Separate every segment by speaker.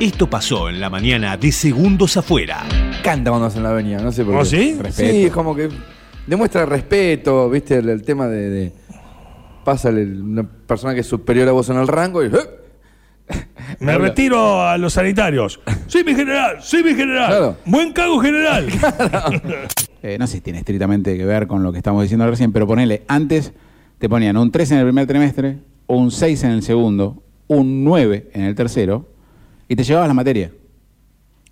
Speaker 1: Esto pasó en la mañana de Segundos Afuera.
Speaker 2: Canta cuando hacen la avenida, no sé por qué.
Speaker 3: ¿Ah, sí?
Speaker 2: Respeto. Sí, es como que demuestra respeto, viste, el, el tema de, de- Pásale el- una persona que es superior a vos en el rango y... ¡eh!
Speaker 3: Me
Speaker 2: Habla.
Speaker 3: retiro a los sanitarios. Sí, mi general, sí, mi general.
Speaker 2: Claro.
Speaker 3: Buen cago, general.
Speaker 4: Eh, no sé si tiene estrictamente que ver con lo que estamos diciendo recién, pero ponele, antes te ponían un 3 en el primer trimestre, un 6 en el segundo, un 9 en el tercero, y te llevabas la materia.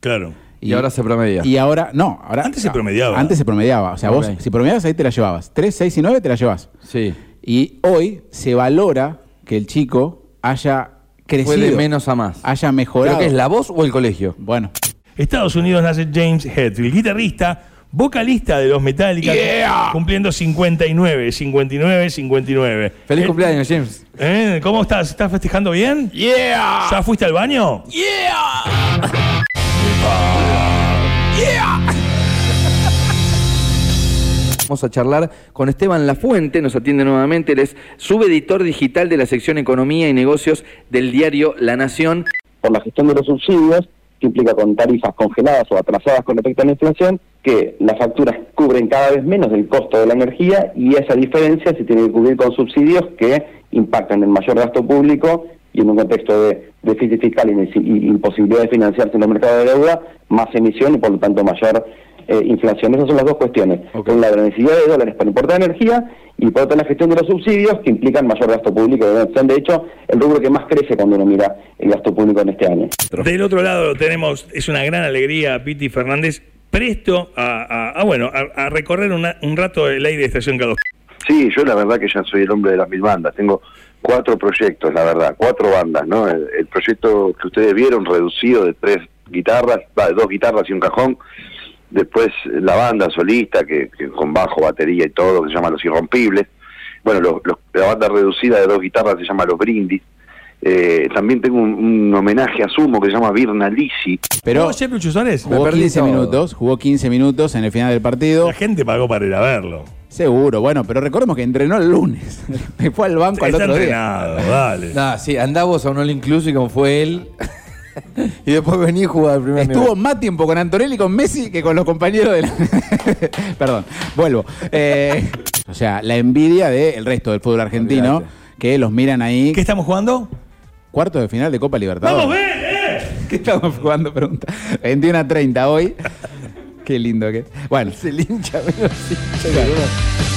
Speaker 3: claro.
Speaker 2: Y ahora se promedia.
Speaker 4: Y ahora, no, ahora.
Speaker 3: Antes se promediaba.
Speaker 4: Antes se promediaba. O sea,
Speaker 2: Ok.
Speaker 4: vos, si promediabas ahí te la llevabas. 3, 6 y 9 te la llevas.
Speaker 2: Sí.
Speaker 4: Y hoy se valora que el chico haya crecido.
Speaker 2: Fue de menos a más.
Speaker 4: Haya
Speaker 2: ¿Pero
Speaker 4: mejorado.
Speaker 2: qué es la voz o el colegio?
Speaker 4: Bueno.
Speaker 3: Estados Unidos nace James Hetfield, guitarrista, vocalista de los Metallica, cumpliendo 59, 59, 59.
Speaker 2: Feliz
Speaker 3: Eh,
Speaker 2: cumpleaños, James.
Speaker 3: ¿eh? ¿Cómo estás? ¿Estás festejando bien?
Speaker 1: ¡Yeah!
Speaker 3: ¿Ya fuiste al baño?
Speaker 2: Vamos a charlar con Esteban Lafuente, nos atiende nuevamente, él es subeditor digital de la sección Economía y Negocios del diario La Nación.
Speaker 5: por la gestión de los subsidios, que implica con tarifas congeladas o atrasadas con respecto a la inflación, que las facturas cubren cada vez menos el costo de la energía y esa diferencia se tiene que cubrir con subsidios que impactan en mayor gasto público y en un contexto de déficit fiscal y neci- y imposibilidad de financiarse en los mercados de deuda, más emisión y por lo tanto mayor eh, inflación. Esas son las dos cuestiones.
Speaker 2: Ok.
Speaker 5: Por un lado, la necesidad de dólares para importar energía y por otra la gestión de los subsidios que implican mayor gasto público. De hecho, el rubro que más crece cuando uno mira el gasto público en este año.
Speaker 3: Del otro lado lo tenemos, es una gran alegría a Piti Fernández, presto a, a- a, bueno, a, a recorrer una- un rato el aire de Estación K2.
Speaker 6: Sí, yo la verdad que ya soy el hombre de las mil bandas. Tengo cuatro proyectos, la verdad, cuatro bandas, ¿no? El, el proyecto que ustedes vieron reducido de tres guitarras, va, de dos guitarras y un cajón. Después eh, la banda solista, que, que con bajo, batería y todo, que se llama Los Irrompibles. Bueno, los- los- la banda reducida de dos guitarras se llama Los Brindis. Eh, también tengo un, un homenaje a Sumo que se llama Virnalisi.
Speaker 4: Pero
Speaker 3: ¿Vos, Sheffield Chuzárez?
Speaker 2: Me
Speaker 4: jugó
Speaker 2: perdí
Speaker 4: 15
Speaker 2: todo.
Speaker 4: minutos, jugó 15 minutos en el final del partido.
Speaker 3: La gente pagó para ir a verlo.
Speaker 4: Seguro, bueno, pero recordemos que entrenó el lunes. Me fue al banco al
Speaker 3: Está
Speaker 4: otro día.
Speaker 3: entrenado, dale.
Speaker 2: No, sí, andá vos a un all inclusive como fue él. y después vení a jugar al primer
Speaker 4: Estuvo
Speaker 2: nivel.
Speaker 4: más tiempo con Antonelli y con Messi que con los compañeros de la... Perdón, vuelvo. Eh, o sea, la envidia del resto del fútbol argentino
Speaker 2: Olvídate.
Speaker 4: que los miran ahí.
Speaker 3: ¿Qué estamos jugando?
Speaker 4: Cuarto de final de Copa Libertadores.
Speaker 3: ¡Vamos, ven! eh!
Speaker 4: ¿Qué estamos jugando? Pregunta. 21 a 30 hoy. Qué lindo que es. Bueno,
Speaker 2: Se lincha, menos hincha que uno.